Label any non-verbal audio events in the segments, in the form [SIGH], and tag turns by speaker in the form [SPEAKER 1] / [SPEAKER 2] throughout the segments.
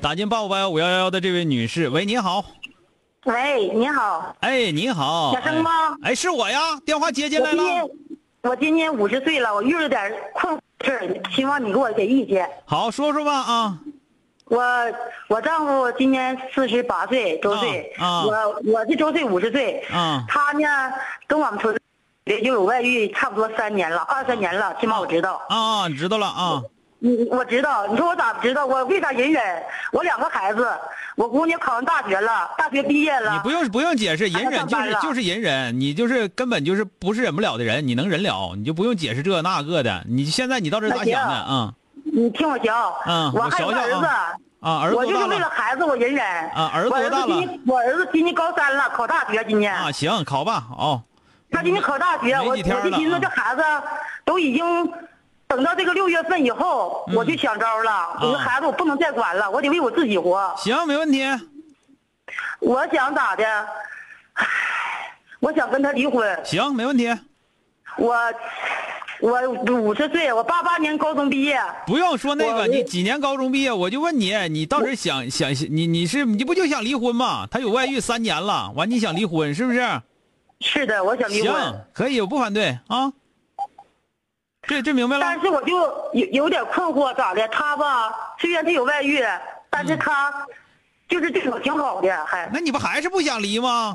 [SPEAKER 1] 打进八五八幺五幺幺幺的这位女士，喂，你好，
[SPEAKER 2] 喂，你好，
[SPEAKER 1] 哎，你好，
[SPEAKER 2] 小生吗
[SPEAKER 1] 哎？哎，是我呀，电话接进
[SPEAKER 2] 我
[SPEAKER 1] 来
[SPEAKER 2] 今
[SPEAKER 1] 了
[SPEAKER 2] 年。我今年五十岁了，我遇着点儿困惑事儿，希望你给我给意见。
[SPEAKER 1] 好，说说吧啊，
[SPEAKER 2] 我我丈夫今年四十八岁周岁，
[SPEAKER 1] 啊啊
[SPEAKER 2] 我我是周岁五十岁，
[SPEAKER 1] 啊
[SPEAKER 2] 他呢跟我们村也就有外遇，差不多三年了，二三年了，起码我知道。
[SPEAKER 1] 啊啊，知道了啊，
[SPEAKER 2] 你我知道，你说我咋不知道？我为啥隐忍？我两个孩子，我姑娘考上大学了，大学毕业了，
[SPEAKER 1] 你不用不用解释，隐忍就
[SPEAKER 2] 啊上班
[SPEAKER 1] 是
[SPEAKER 2] 了
[SPEAKER 1] 就是隐忍，你就是根本就是不是忍不了的人，你能忍了，你就不用解释这那个的。你现在你到底咋想的啊、
[SPEAKER 2] 你听我讲，
[SPEAKER 1] 嗯
[SPEAKER 2] 我
[SPEAKER 1] 我
[SPEAKER 2] 还
[SPEAKER 1] 瞧
[SPEAKER 2] 有个
[SPEAKER 1] 瞧
[SPEAKER 2] 儿子，
[SPEAKER 1] 啊啊儿子
[SPEAKER 2] 我就
[SPEAKER 1] 多
[SPEAKER 2] 是
[SPEAKER 1] 大
[SPEAKER 2] 为
[SPEAKER 1] 了
[SPEAKER 2] 了孩子我隐忍。
[SPEAKER 1] 啊儿子
[SPEAKER 2] 我
[SPEAKER 1] 多
[SPEAKER 2] 儿
[SPEAKER 1] 大
[SPEAKER 2] 子今年我儿子今年高三了，考大学今年。
[SPEAKER 1] 啊？行，考吧，哦，
[SPEAKER 2] 他今年考大学，
[SPEAKER 1] 没
[SPEAKER 2] 我我
[SPEAKER 1] 几天
[SPEAKER 2] 就
[SPEAKER 1] 了
[SPEAKER 2] 寻思
[SPEAKER 1] 啊
[SPEAKER 2] 这孩子都已经等到这个六月份以后，
[SPEAKER 1] 嗯
[SPEAKER 2] 我就想招
[SPEAKER 1] 啊
[SPEAKER 2] 了。我说孩子我不能再管了，我得为我自己活。
[SPEAKER 1] 行，没问题。
[SPEAKER 2] 我想咋的？唉，我想跟他离婚。
[SPEAKER 1] 行，没问题，
[SPEAKER 2] 我我五十岁，我八八年高中毕业。
[SPEAKER 1] 不用说那个，
[SPEAKER 2] 我
[SPEAKER 1] 你几年高中毕业？我就问你，你到底想想你你是你不就想离婚吗？他有外遇三年了，完你想离婚是不是？
[SPEAKER 2] 是的，我想离
[SPEAKER 1] 行
[SPEAKER 2] 婚。，
[SPEAKER 1] 可以，我不反对啊。这这明白了
[SPEAKER 2] 但是我就有有点困惑，咋的？他吧，虽然他有外遇，但
[SPEAKER 1] 嗯
[SPEAKER 2] 是他就是对我挺好的，还
[SPEAKER 1] 那你不还是不想离吗？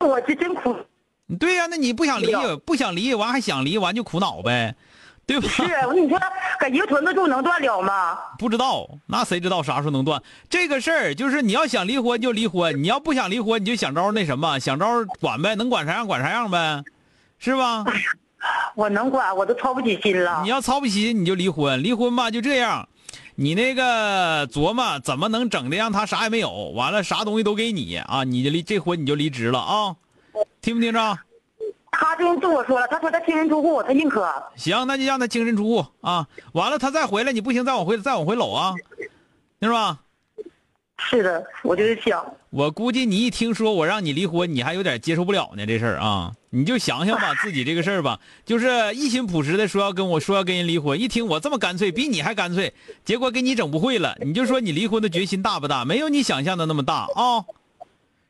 [SPEAKER 2] 我是真苦。
[SPEAKER 1] 对呀、那你不想离
[SPEAKER 2] 没有，
[SPEAKER 1] 不想离，完还想离，完就苦恼呗，对吧？ [LAUGHS]
[SPEAKER 2] 是，啊我跟你说，搁一个屯子住能断了吗？
[SPEAKER 1] 不知道，那谁知道啥时候能断？这个事儿就是你要想离婚就离婚，你要不想离婚你就想招那什么，想招管呗，能管啥样管啥样呗，是吧？
[SPEAKER 2] 我能管，我都操不起心了
[SPEAKER 1] 你。要操不起你就离婚，离婚吧就这样，你那个琢磨怎么能整的让他啥也没有，完了啥东西都给你啊，你就离这婚你就离职了啊，听没听着？
[SPEAKER 2] 他就对我说了，他说他净身出户，他认可。
[SPEAKER 1] 行，那就让他净身出户啊！完了，他再回来，你不行，再往回再往回搂啊，是吧？
[SPEAKER 2] 是的，我就是想，
[SPEAKER 1] 我估计你一听说我让你离婚，你还有点接受不了呢，这事儿啊，你就想想吧，自己这个事儿吧，就是一心朴实的说要跟我说要跟人离婚，一听我这么干脆，比你还干脆，结果给你整不会了，你就说你离婚的决心大不大？没有你想象的那么大啊、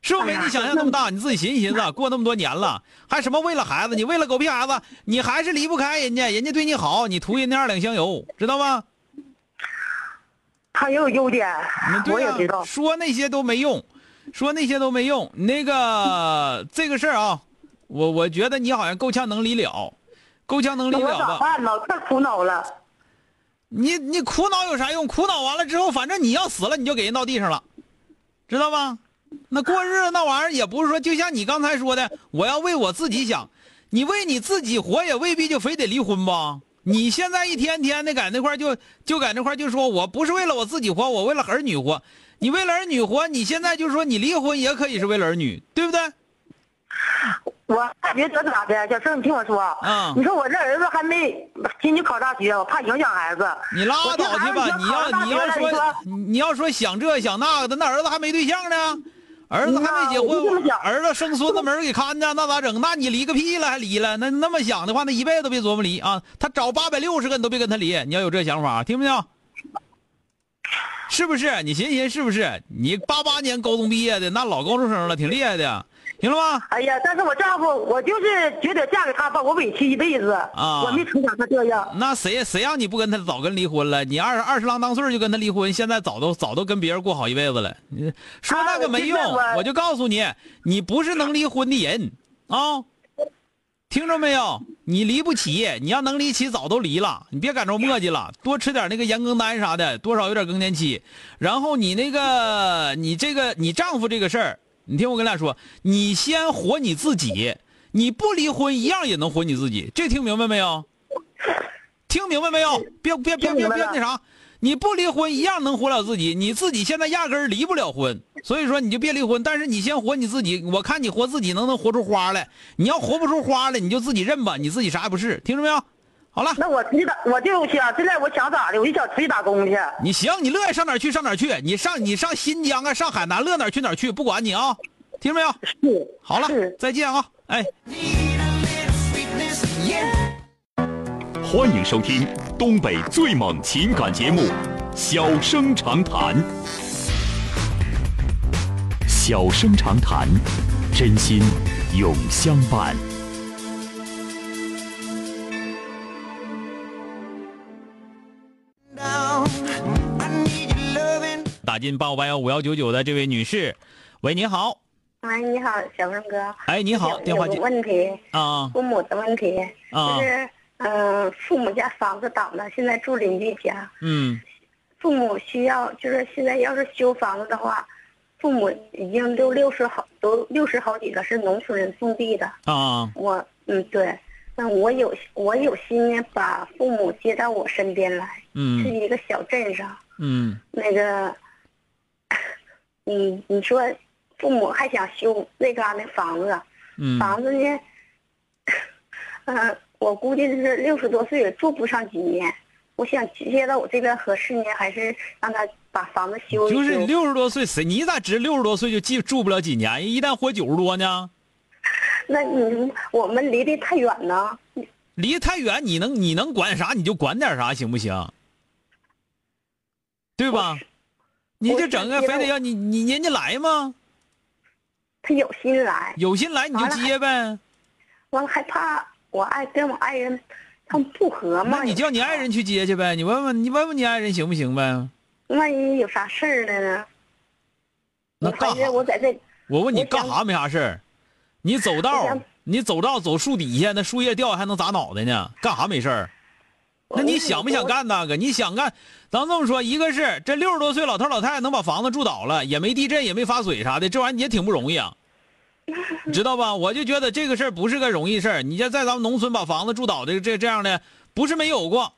[SPEAKER 1] 是不是没你想象那么大？你自己寻思寻思啊，过那么多年了，还什么为了孩子？你为了狗屁孩子，你还是离不开人家，人家对你好，你图人家二两香油，知道吗？
[SPEAKER 2] 他也有优点，
[SPEAKER 1] 那
[SPEAKER 2] 我
[SPEAKER 1] 对啊呀、
[SPEAKER 2] 也知道。
[SPEAKER 1] 说那些都没用，说那些都没用。那个这个事儿啊，我我觉得你好像够呛能理了，够呛能理
[SPEAKER 2] 那我
[SPEAKER 1] 了
[SPEAKER 2] 咋
[SPEAKER 1] 吧？
[SPEAKER 2] 办呢？我太苦恼了。
[SPEAKER 1] 你你苦恼有啥用？苦恼完了之后，反正你要死了，你就给人到地上了，知道吧？那过日子那玩意儿也不是说，就像你刚才说的，我要为我自己想，你为你自己活也未必就非得离婚吧？你现在一天天的在那块儿就就在那块儿就说我不是为了我自己活，我为了儿女活。你为了儿女活，你现在就说你离婚也可以是为了儿女，对不对？
[SPEAKER 2] 我感觉这咋的，小盛，你听我说，
[SPEAKER 1] 嗯
[SPEAKER 2] 你说我这儿子还没今年考大学，我怕影响孩子。
[SPEAKER 1] 你拉倒去吧！你要你要说你要说想这想那个的，那儿子还没对象呢，儿子还没结
[SPEAKER 2] 哎那我就这
[SPEAKER 1] 婚
[SPEAKER 2] 么，想
[SPEAKER 1] 儿子生孙子没人给看呢，那咋整？那你离个屁了还离了？那那么想的话，那一辈子都别琢磨离啊！他找八百六十个你都别跟他离，你要有这想法，听没听？是不是？你寻思寻思是不是？你八八年高中毕业的，那老高中生了，挺厉害的。行了吗？
[SPEAKER 3] 哎呀，但是我丈夫，我就是觉得嫁给他吧，我委屈一辈子，
[SPEAKER 1] 啊嗯
[SPEAKER 3] 我没成想他这样。
[SPEAKER 1] 那谁谁让你不跟他早跟离婚了？你二二十郎当岁儿就跟他离婚，现在早都早都跟别人过好一辈子了。你说那个没用，
[SPEAKER 3] 啊现在我
[SPEAKER 1] 我就告诉你，你不是能离婚的人啊！听着没有？你离不起，你要能离起早都离了，你别赶着磨叽了，多吃点那个盐庚丹啥的，多少有点更年期。然后你那个你这个你丈夫这个事儿，你听我跟俩说，你先活你自己，你不离婚一样也能活你自己，这听明白没有？听明白没有？别别别
[SPEAKER 3] 听
[SPEAKER 1] 别
[SPEAKER 3] 明白
[SPEAKER 1] 别
[SPEAKER 3] 了
[SPEAKER 1] 那啥，啊你不离婚一样能活了自己。你自己现在压根儿离不了婚，所以说你就别离婚。但是你先活你自己，我看你活自己能不能活出花来。你要活不出花来，你就自己认吧，你自己啥也不是，听着没有？好了，
[SPEAKER 3] 那我出去打，我就想现在我想咋的，我就想出去打工去。
[SPEAKER 1] 你行，你乐意上哪儿去上哪儿去，你上你上新疆啊，上海南乐哪儿去哪儿去，不管你啊，听着没有？
[SPEAKER 3] 是，
[SPEAKER 1] 好了
[SPEAKER 3] 是，
[SPEAKER 1] 再见啊，哎。
[SPEAKER 4] 欢迎收听东北最猛情感节目《小生长谈》。小生长谈，真心永相伴。
[SPEAKER 1] 打进八五八幺五幺九九的这位女士，喂，你好，
[SPEAKER 2] 喂，嗯你好，小峰哥。
[SPEAKER 1] 哎，你好，
[SPEAKER 2] 有
[SPEAKER 1] 电话
[SPEAKER 2] 有
[SPEAKER 1] 接
[SPEAKER 2] 个问题，
[SPEAKER 1] 啊
[SPEAKER 2] 父母的问题，
[SPEAKER 1] 啊
[SPEAKER 2] 就是嗯、呃父母家房子倒了，现在住邻居家，
[SPEAKER 1] 嗯
[SPEAKER 2] 父母需要就是现在要是修房子的话，父母已经都六十好都六十好几了，是农村人种地的。
[SPEAKER 1] 啊
[SPEAKER 2] 我嗯对，那我有我有心呢，把父母接到我身边来，是
[SPEAKER 1] 嗯
[SPEAKER 2] 一个小镇上。
[SPEAKER 1] 嗯
[SPEAKER 2] 那个， [LAUGHS] 嗯，你说父母还想修那嘎那房子，
[SPEAKER 1] 嗯
[SPEAKER 2] 房子呢，嗯、我估计是六十多岁也住不上几年。我想接到我这边合适呢，还是让他把房子修一修？
[SPEAKER 1] 就是六十多岁，谁你咋知六十多岁就记住不了几年？一旦活九十多呢，
[SPEAKER 2] 那你我们离得太远呢，
[SPEAKER 1] 离太远，你能你能管啥你就管点啥，行不行？对吧？你就整个
[SPEAKER 2] 我是
[SPEAKER 1] 非得要你你人家来吗？
[SPEAKER 2] 他有心来，
[SPEAKER 1] 有心来你就
[SPEAKER 2] 完了
[SPEAKER 1] 接呗，
[SPEAKER 2] 完了还怕我爱跟我爱人他们不和嘛？
[SPEAKER 1] 那你叫你爱人去接去呗，你问问你问问你爱人行不行呗？
[SPEAKER 2] 有时候，万一有啥事儿了呢？
[SPEAKER 1] 那
[SPEAKER 2] 我
[SPEAKER 1] 干
[SPEAKER 2] 反
[SPEAKER 1] 啥
[SPEAKER 2] 正？我在这。
[SPEAKER 1] 我问你
[SPEAKER 2] 我
[SPEAKER 1] 干
[SPEAKER 2] 想
[SPEAKER 1] 啥没啥事儿？你走
[SPEAKER 2] 我
[SPEAKER 1] 道
[SPEAKER 2] 想，
[SPEAKER 1] 你走道走树底下，那树叶掉下还能砸脑袋呢？干啥没事儿？那你想不想干呢？哥，你想干？咱这么说，一个是这六十多岁老头老太太能把房子住倒了，也没地震，也没发水啥的，这玩意儿也挺不容易啊，知道吧？我就觉得这个事儿不是个容易事儿。你这在咱们农村把房子住倒的这这样的，不是没有过，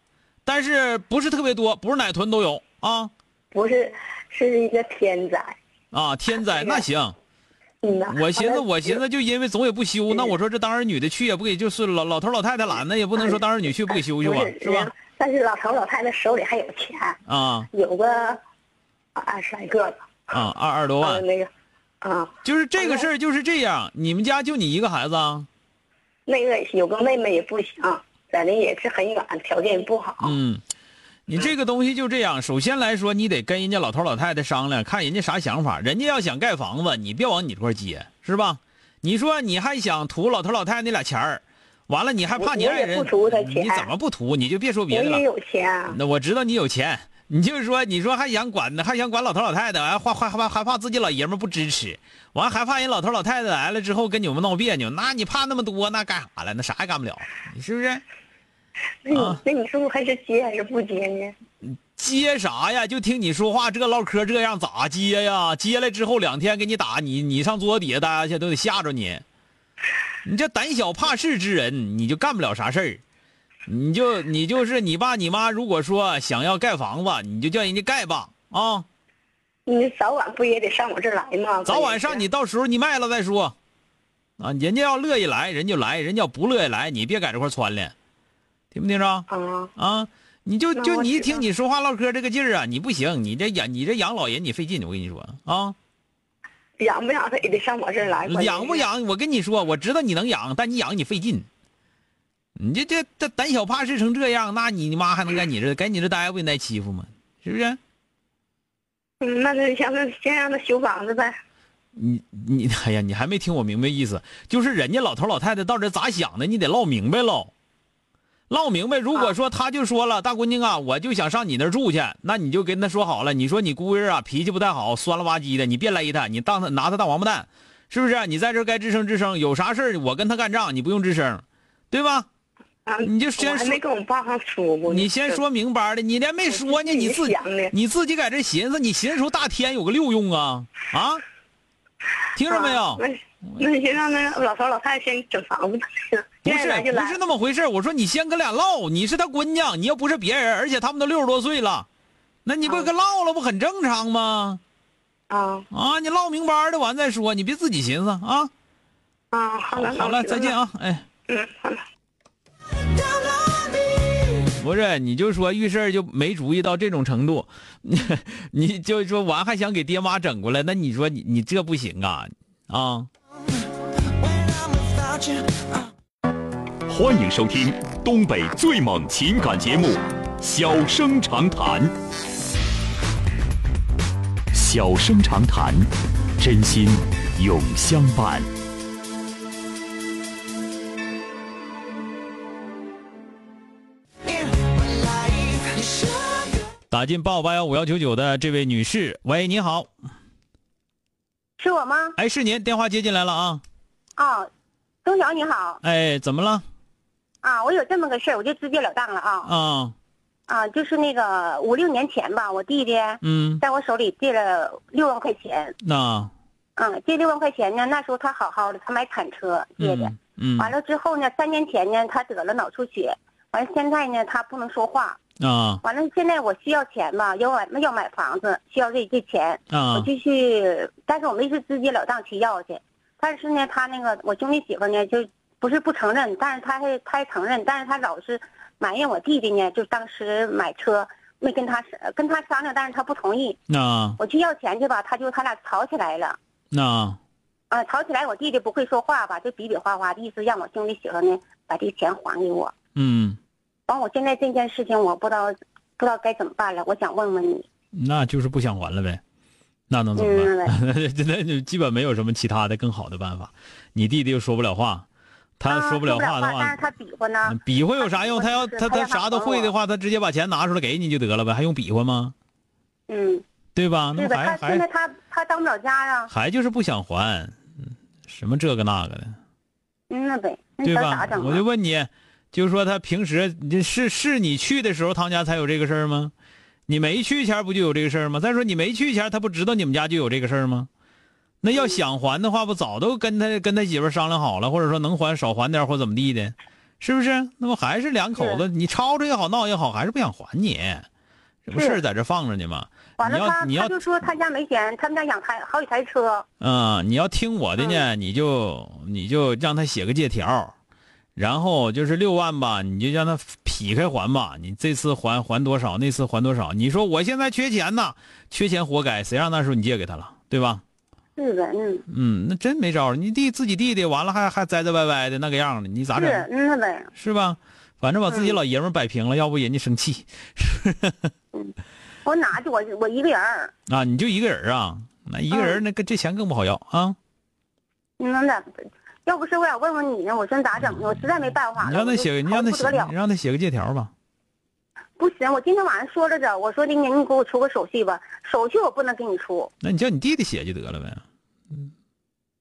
[SPEAKER 1] 但是不是特别多，不是哪屯都有啊
[SPEAKER 2] 不是，是一个天灾。
[SPEAKER 1] 啊！天灾那行，
[SPEAKER 2] 嗯呐，
[SPEAKER 1] 我寻思，
[SPEAKER 2] 完了
[SPEAKER 1] 我寻思，就因为总也不修，那我说这当儿女的去也不给，就是老老头老太太懒的，也不能说当儿女去不给修修啊，是
[SPEAKER 2] 不
[SPEAKER 1] 吧？？
[SPEAKER 2] 但是老头老太太手里还有钱，
[SPEAKER 1] 啊
[SPEAKER 2] 有个二十来个吧，
[SPEAKER 1] 啊，二二十多
[SPEAKER 2] 呃
[SPEAKER 1] 万，
[SPEAKER 2] 那个，啊，
[SPEAKER 1] 就是这个事儿就是这样。你们家就你一个孩子啊？
[SPEAKER 2] 那个有个妹妹也不行，在那也是很远，条件也不好。
[SPEAKER 1] 嗯，你这个东西就这样。首先来说，你得跟人家老头老太太商量，看人家啥想法。人家要想盖房子，你别往你这块儿接，是吧？你说你还想图老头老太太那俩钱儿，完了你还怕你
[SPEAKER 2] 我我
[SPEAKER 1] 爱
[SPEAKER 2] 也
[SPEAKER 1] 人，
[SPEAKER 2] 不图他钱
[SPEAKER 1] 你怎么不图？你就别说
[SPEAKER 2] 我
[SPEAKER 1] 别的了
[SPEAKER 2] 也。有钱，啊
[SPEAKER 1] 那我知道你有钱，你就是说，你说还想管呢，还想管老头老太太，还怕还怕还怕自己老爷们儿不支持，完还怕人老头老太太来了之后跟你们闹别扭，那你怕那么多，那干啥了？那啥也干不了，你是不是？
[SPEAKER 2] 那你、
[SPEAKER 1] 啊
[SPEAKER 2] 那你说我还是接还是不接呢？
[SPEAKER 1] 接啥呀？就听你说话这唠嗑这样咋接呀？接来之后两天给你打你，你上桌底下待下去都得吓着你。你这胆小怕事之人，你就干不了啥事儿。你就你就是你爸你妈，如果说想要盖房子，你就叫人家盖吧啊。
[SPEAKER 2] 你早晚不也得上我这儿来吗？
[SPEAKER 1] 早晚上你到时候你卖了再说，啊，人家要乐意来人就来，人家要不乐意来你别在这块穿了，听没听着
[SPEAKER 2] 啊，
[SPEAKER 1] 啊？你就
[SPEAKER 2] 那
[SPEAKER 1] 就
[SPEAKER 2] 我
[SPEAKER 1] 你一
[SPEAKER 2] 知道
[SPEAKER 1] 听你说话唠嗑这个劲儿啊，你不行，你这养你这养老人你费劲，我跟你说啊，
[SPEAKER 2] 养不养他也得上我这儿来。关键
[SPEAKER 1] 养不
[SPEAKER 2] 是？
[SPEAKER 1] 养我跟你说，我知道你能养，但你养你费劲，你这这这胆小怕事成这样，那你你妈还能在你这在你这待着不你挨欺负吗？是不是？
[SPEAKER 2] 嗯，那就像那先让他修房子呗。
[SPEAKER 1] 你你 [LAUGHS] 哎呀，你还没听我明白意思，就是人家老头老太太到底咋想的，你得唠明白喽，唠明白。如
[SPEAKER 5] 啊
[SPEAKER 1] 果说他就说了，大姑娘啊，我就想上你那儿住去，那你就跟他说好了，你说你姑爷啊脾气不太好，酸了吧唧的，你别勒他，你当他拿他当王八蛋，是不是、啊你在这儿该吱声吱声，有啥事儿我跟他干仗，你不用吱声，对吧？
[SPEAKER 5] 啊，
[SPEAKER 1] 你就先
[SPEAKER 5] 我还
[SPEAKER 1] 说
[SPEAKER 5] 没跟我爸妈说过呢。
[SPEAKER 1] 你先说明白的，你连没说呢，
[SPEAKER 5] 我自己
[SPEAKER 1] 你自己
[SPEAKER 5] 想的
[SPEAKER 1] 你自己在这寻思，你寻思出大天有个六用啊啊！听
[SPEAKER 5] 这
[SPEAKER 1] 着没有？
[SPEAKER 5] 啊那那你先让那老头老太太先整房子吧，
[SPEAKER 1] 不
[SPEAKER 5] 愿意
[SPEAKER 1] 是
[SPEAKER 5] 来就
[SPEAKER 1] 不
[SPEAKER 5] 来
[SPEAKER 1] 是。那么回事儿我说你先跟俩唠，你是他姑娘，你又不是别人，而且他们都六十多岁了，那你不跟唠了不很正常吗？
[SPEAKER 5] 啊
[SPEAKER 1] 啊，你唠明白的完再说，你别自己寻思啊。
[SPEAKER 5] 啊，好了，
[SPEAKER 1] 好
[SPEAKER 5] 那我
[SPEAKER 1] 了，
[SPEAKER 5] 知
[SPEAKER 1] 再
[SPEAKER 5] 道
[SPEAKER 1] 见
[SPEAKER 5] 了。
[SPEAKER 1] 啊，哎。
[SPEAKER 5] 嗯，好了。
[SPEAKER 1] 不是，你就说遇事儿就没主意到这种程度，你你就说完还想给爹妈整过来，那你说你你这不行啊啊！
[SPEAKER 4] 欢迎收听东北最猛情感节目《小生长谈》。小生长谈，真心永相伴。
[SPEAKER 1] 打进八五八幺五幺九九的这位女士，喂，你好，
[SPEAKER 2] 是我吗？
[SPEAKER 1] 哎，是您，电话接进来了啊，
[SPEAKER 2] 啊，钟瑶你好
[SPEAKER 1] 哎，怎么了
[SPEAKER 2] 啊，我有这么个事儿，我就直截了当了啊
[SPEAKER 1] 啊？
[SPEAKER 2] 啊，就是那个五六年前吧，我弟弟
[SPEAKER 1] 嗯，
[SPEAKER 2] 在我手里借了六万块钱，
[SPEAKER 1] 那
[SPEAKER 2] 嗯，借六万块钱呢，那时候他好好的，他买铲车借的，
[SPEAKER 1] 嗯嗯
[SPEAKER 2] 完了之后呢，三年前呢，他得了脑出血，完了现在呢，他不能说话，
[SPEAKER 1] 啊
[SPEAKER 2] 完了现在我需要钱吧，要买要买房子，需要这这钱，我
[SPEAKER 1] 啊
[SPEAKER 2] 就去，但是我没去直截了当去要去，但是呢，他那个我兄弟媳妇呢，就不是不承认，但是他还他还承认，但是他老是埋怨我弟弟呢，就当时买车没跟他跟他商量，但是他不同意，
[SPEAKER 1] 那
[SPEAKER 2] 我去要钱去吧，他就他俩吵起来了。
[SPEAKER 1] 那
[SPEAKER 2] 啊，吵起来，我弟弟不会说话吧，就比比划划的意思，让我兄弟媳妇呢把这钱还给我。
[SPEAKER 1] 嗯，
[SPEAKER 2] 完，我现在这件事情我不知道，不知道该怎么办了。我想问问你，
[SPEAKER 1] 那就是不想还了呗，那能怎么办？
[SPEAKER 2] 嗯，
[SPEAKER 1] 那就基本没有什么其他的更好的办法。你弟弟又说不了话，他
[SPEAKER 2] 啊
[SPEAKER 1] 说不了话的
[SPEAKER 2] 但是
[SPEAKER 1] 话，
[SPEAKER 2] 他比划呢，
[SPEAKER 1] 比划有啥用？他要
[SPEAKER 2] 他
[SPEAKER 1] 他
[SPEAKER 2] 他
[SPEAKER 1] 他啥都会的话，他直接把钱拿出来给你就得了呗，还用比划吗？
[SPEAKER 2] 嗯，
[SPEAKER 1] 对吧？那
[SPEAKER 2] 对
[SPEAKER 1] 不
[SPEAKER 2] 吧？
[SPEAKER 1] 还
[SPEAKER 2] 他现在
[SPEAKER 1] 还
[SPEAKER 2] 他他当不了家啊呀，
[SPEAKER 1] 还就是不想还，嗯什么这个那个的，
[SPEAKER 2] 嗯那呗，那
[SPEAKER 1] 对
[SPEAKER 2] 你咋
[SPEAKER 1] 吧
[SPEAKER 2] 整？
[SPEAKER 1] 我就
[SPEAKER 2] 啊？
[SPEAKER 1] 问你，就是说他平时你这是是你去的时候，他们家才有这个事儿吗？你没去前儿不就有这个事儿吗？再说你没去前儿，他不知道你们家就有这个事儿吗？那
[SPEAKER 2] 嗯
[SPEAKER 1] 要想还的话，不早都跟他跟他媳妇儿商量好了，或者说能还少还点儿或怎么地的，是不是？那不还是两口子，你吵吵也好，闹也好，还是不想还你，这不事儿在这放着呢吗？
[SPEAKER 2] 完了
[SPEAKER 1] 你要
[SPEAKER 2] 他
[SPEAKER 1] 你要
[SPEAKER 2] 他就说他家没钱，他们家养台好几台车，
[SPEAKER 1] 嗯，你要听我的
[SPEAKER 2] 嗯
[SPEAKER 1] 呢，你就你就让他写个借条，然后就是六万吧，你就让他劈开还吧。你这次还还多少，那次还多少？你说我现在缺钱呐，缺钱活该，谁让那时候你借给他了，对吧？
[SPEAKER 2] 是的，嗯，
[SPEAKER 1] 嗯，那真没招儿，你弟自己弟弟完了还还栽栽歪歪的那个样儿的，你咋
[SPEAKER 2] 是
[SPEAKER 1] 整？
[SPEAKER 2] 嗯那呗，
[SPEAKER 1] 是吧？反正把自己老爷们儿摆平了，要不人家生气
[SPEAKER 2] 我哪去？我我一个人儿，
[SPEAKER 1] 啊。你就一个人儿啊，那一个人儿
[SPEAKER 2] 嗯
[SPEAKER 1] 那个这钱更不好要啊。
[SPEAKER 2] 你能咋？要不是我想问问你呢，我说咋整呢？我实在没办法了。
[SPEAKER 1] 你让
[SPEAKER 2] 我
[SPEAKER 1] 他
[SPEAKER 2] 就
[SPEAKER 1] 写，你
[SPEAKER 2] 愁
[SPEAKER 1] 让他
[SPEAKER 2] 不
[SPEAKER 1] 写
[SPEAKER 2] 得了，
[SPEAKER 1] 你让他写个借条吧。
[SPEAKER 2] 不行，我今天晚上说了这，我说今年你给我出个手续吧，手续我不能给你出，
[SPEAKER 1] 那你叫你弟弟写就得了呗。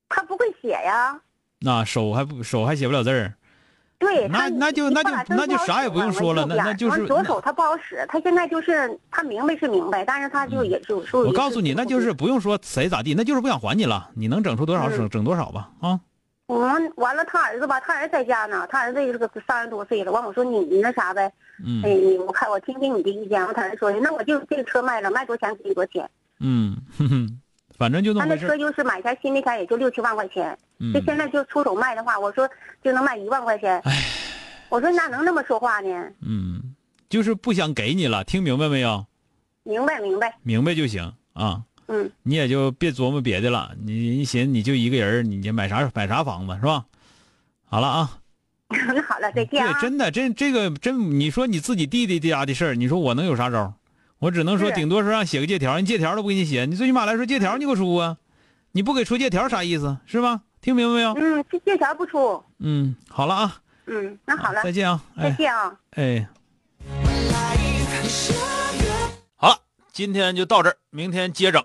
[SPEAKER 2] 他不会写呀。
[SPEAKER 1] 那、手还不手还写不了字儿，
[SPEAKER 2] 对，
[SPEAKER 1] 那
[SPEAKER 2] 他
[SPEAKER 1] 那就
[SPEAKER 2] 你
[SPEAKER 1] 那
[SPEAKER 2] 爸
[SPEAKER 1] 就
[SPEAKER 2] 真
[SPEAKER 1] 那就
[SPEAKER 2] 好
[SPEAKER 1] 啥
[SPEAKER 2] 使
[SPEAKER 1] 也不用
[SPEAKER 2] 我
[SPEAKER 1] 说了
[SPEAKER 2] 右
[SPEAKER 1] 那
[SPEAKER 2] 边
[SPEAKER 1] 那
[SPEAKER 2] 儿
[SPEAKER 1] 就
[SPEAKER 2] 完
[SPEAKER 1] 是
[SPEAKER 2] 左
[SPEAKER 1] 那
[SPEAKER 2] 手他不好使，他现在就是他明白是明白，但是他就也就
[SPEAKER 1] 嗯我告诉你，那就是不用说谁咋地，那就是不想还你了。你能整出多少
[SPEAKER 2] 嗯
[SPEAKER 1] 整、整多少吧啊！
[SPEAKER 2] 我们完了，他儿子吧，他儿子在家呢，他儿子也是个三十多岁了。完我说你你那啥呗，哎，
[SPEAKER 1] 嗯
[SPEAKER 2] 你我看我听听你的意见。完他儿子说那我就这个车卖了，卖多少钱给你多少钱。
[SPEAKER 1] 嗯，哼哼，反正就那
[SPEAKER 2] 他
[SPEAKER 1] 么
[SPEAKER 2] 那
[SPEAKER 1] 回事
[SPEAKER 2] 车
[SPEAKER 1] 儿。
[SPEAKER 2] 就是买下新那台也就六七万块钱，就
[SPEAKER 1] 嗯
[SPEAKER 2] 现在就出手卖的话，我说就能卖一万块钱。我说哪能那么说话呢？
[SPEAKER 1] 嗯，就是不想给你了，听明白没有？
[SPEAKER 2] 明白明白， [LAUGHS]
[SPEAKER 1] 明白就行啊。
[SPEAKER 2] 嗯，
[SPEAKER 1] 你也就别琢磨别的了，你一寻你就一个人儿，你就买啥买啥房子是吧？好了啊。
[SPEAKER 2] 那好了，再见啊
[SPEAKER 1] 对，。真的，真这个真，你说你自己弟弟家的事儿，你说我能有啥招儿？我只能说，
[SPEAKER 2] 是嗯
[SPEAKER 1] 顶多是让写个借条，人借条都不给你写，你最起码来说借条你给我出啊，你不给出借条啥意思？是吧？听明白没有？
[SPEAKER 2] 嗯，这借条不出。
[SPEAKER 1] 嗯，好了啊，
[SPEAKER 2] 嗯，那好了，
[SPEAKER 1] 再见啊，
[SPEAKER 2] 再
[SPEAKER 1] 哎
[SPEAKER 2] 见啊。
[SPEAKER 1] 哎。好了，今天就到这儿，明天接整。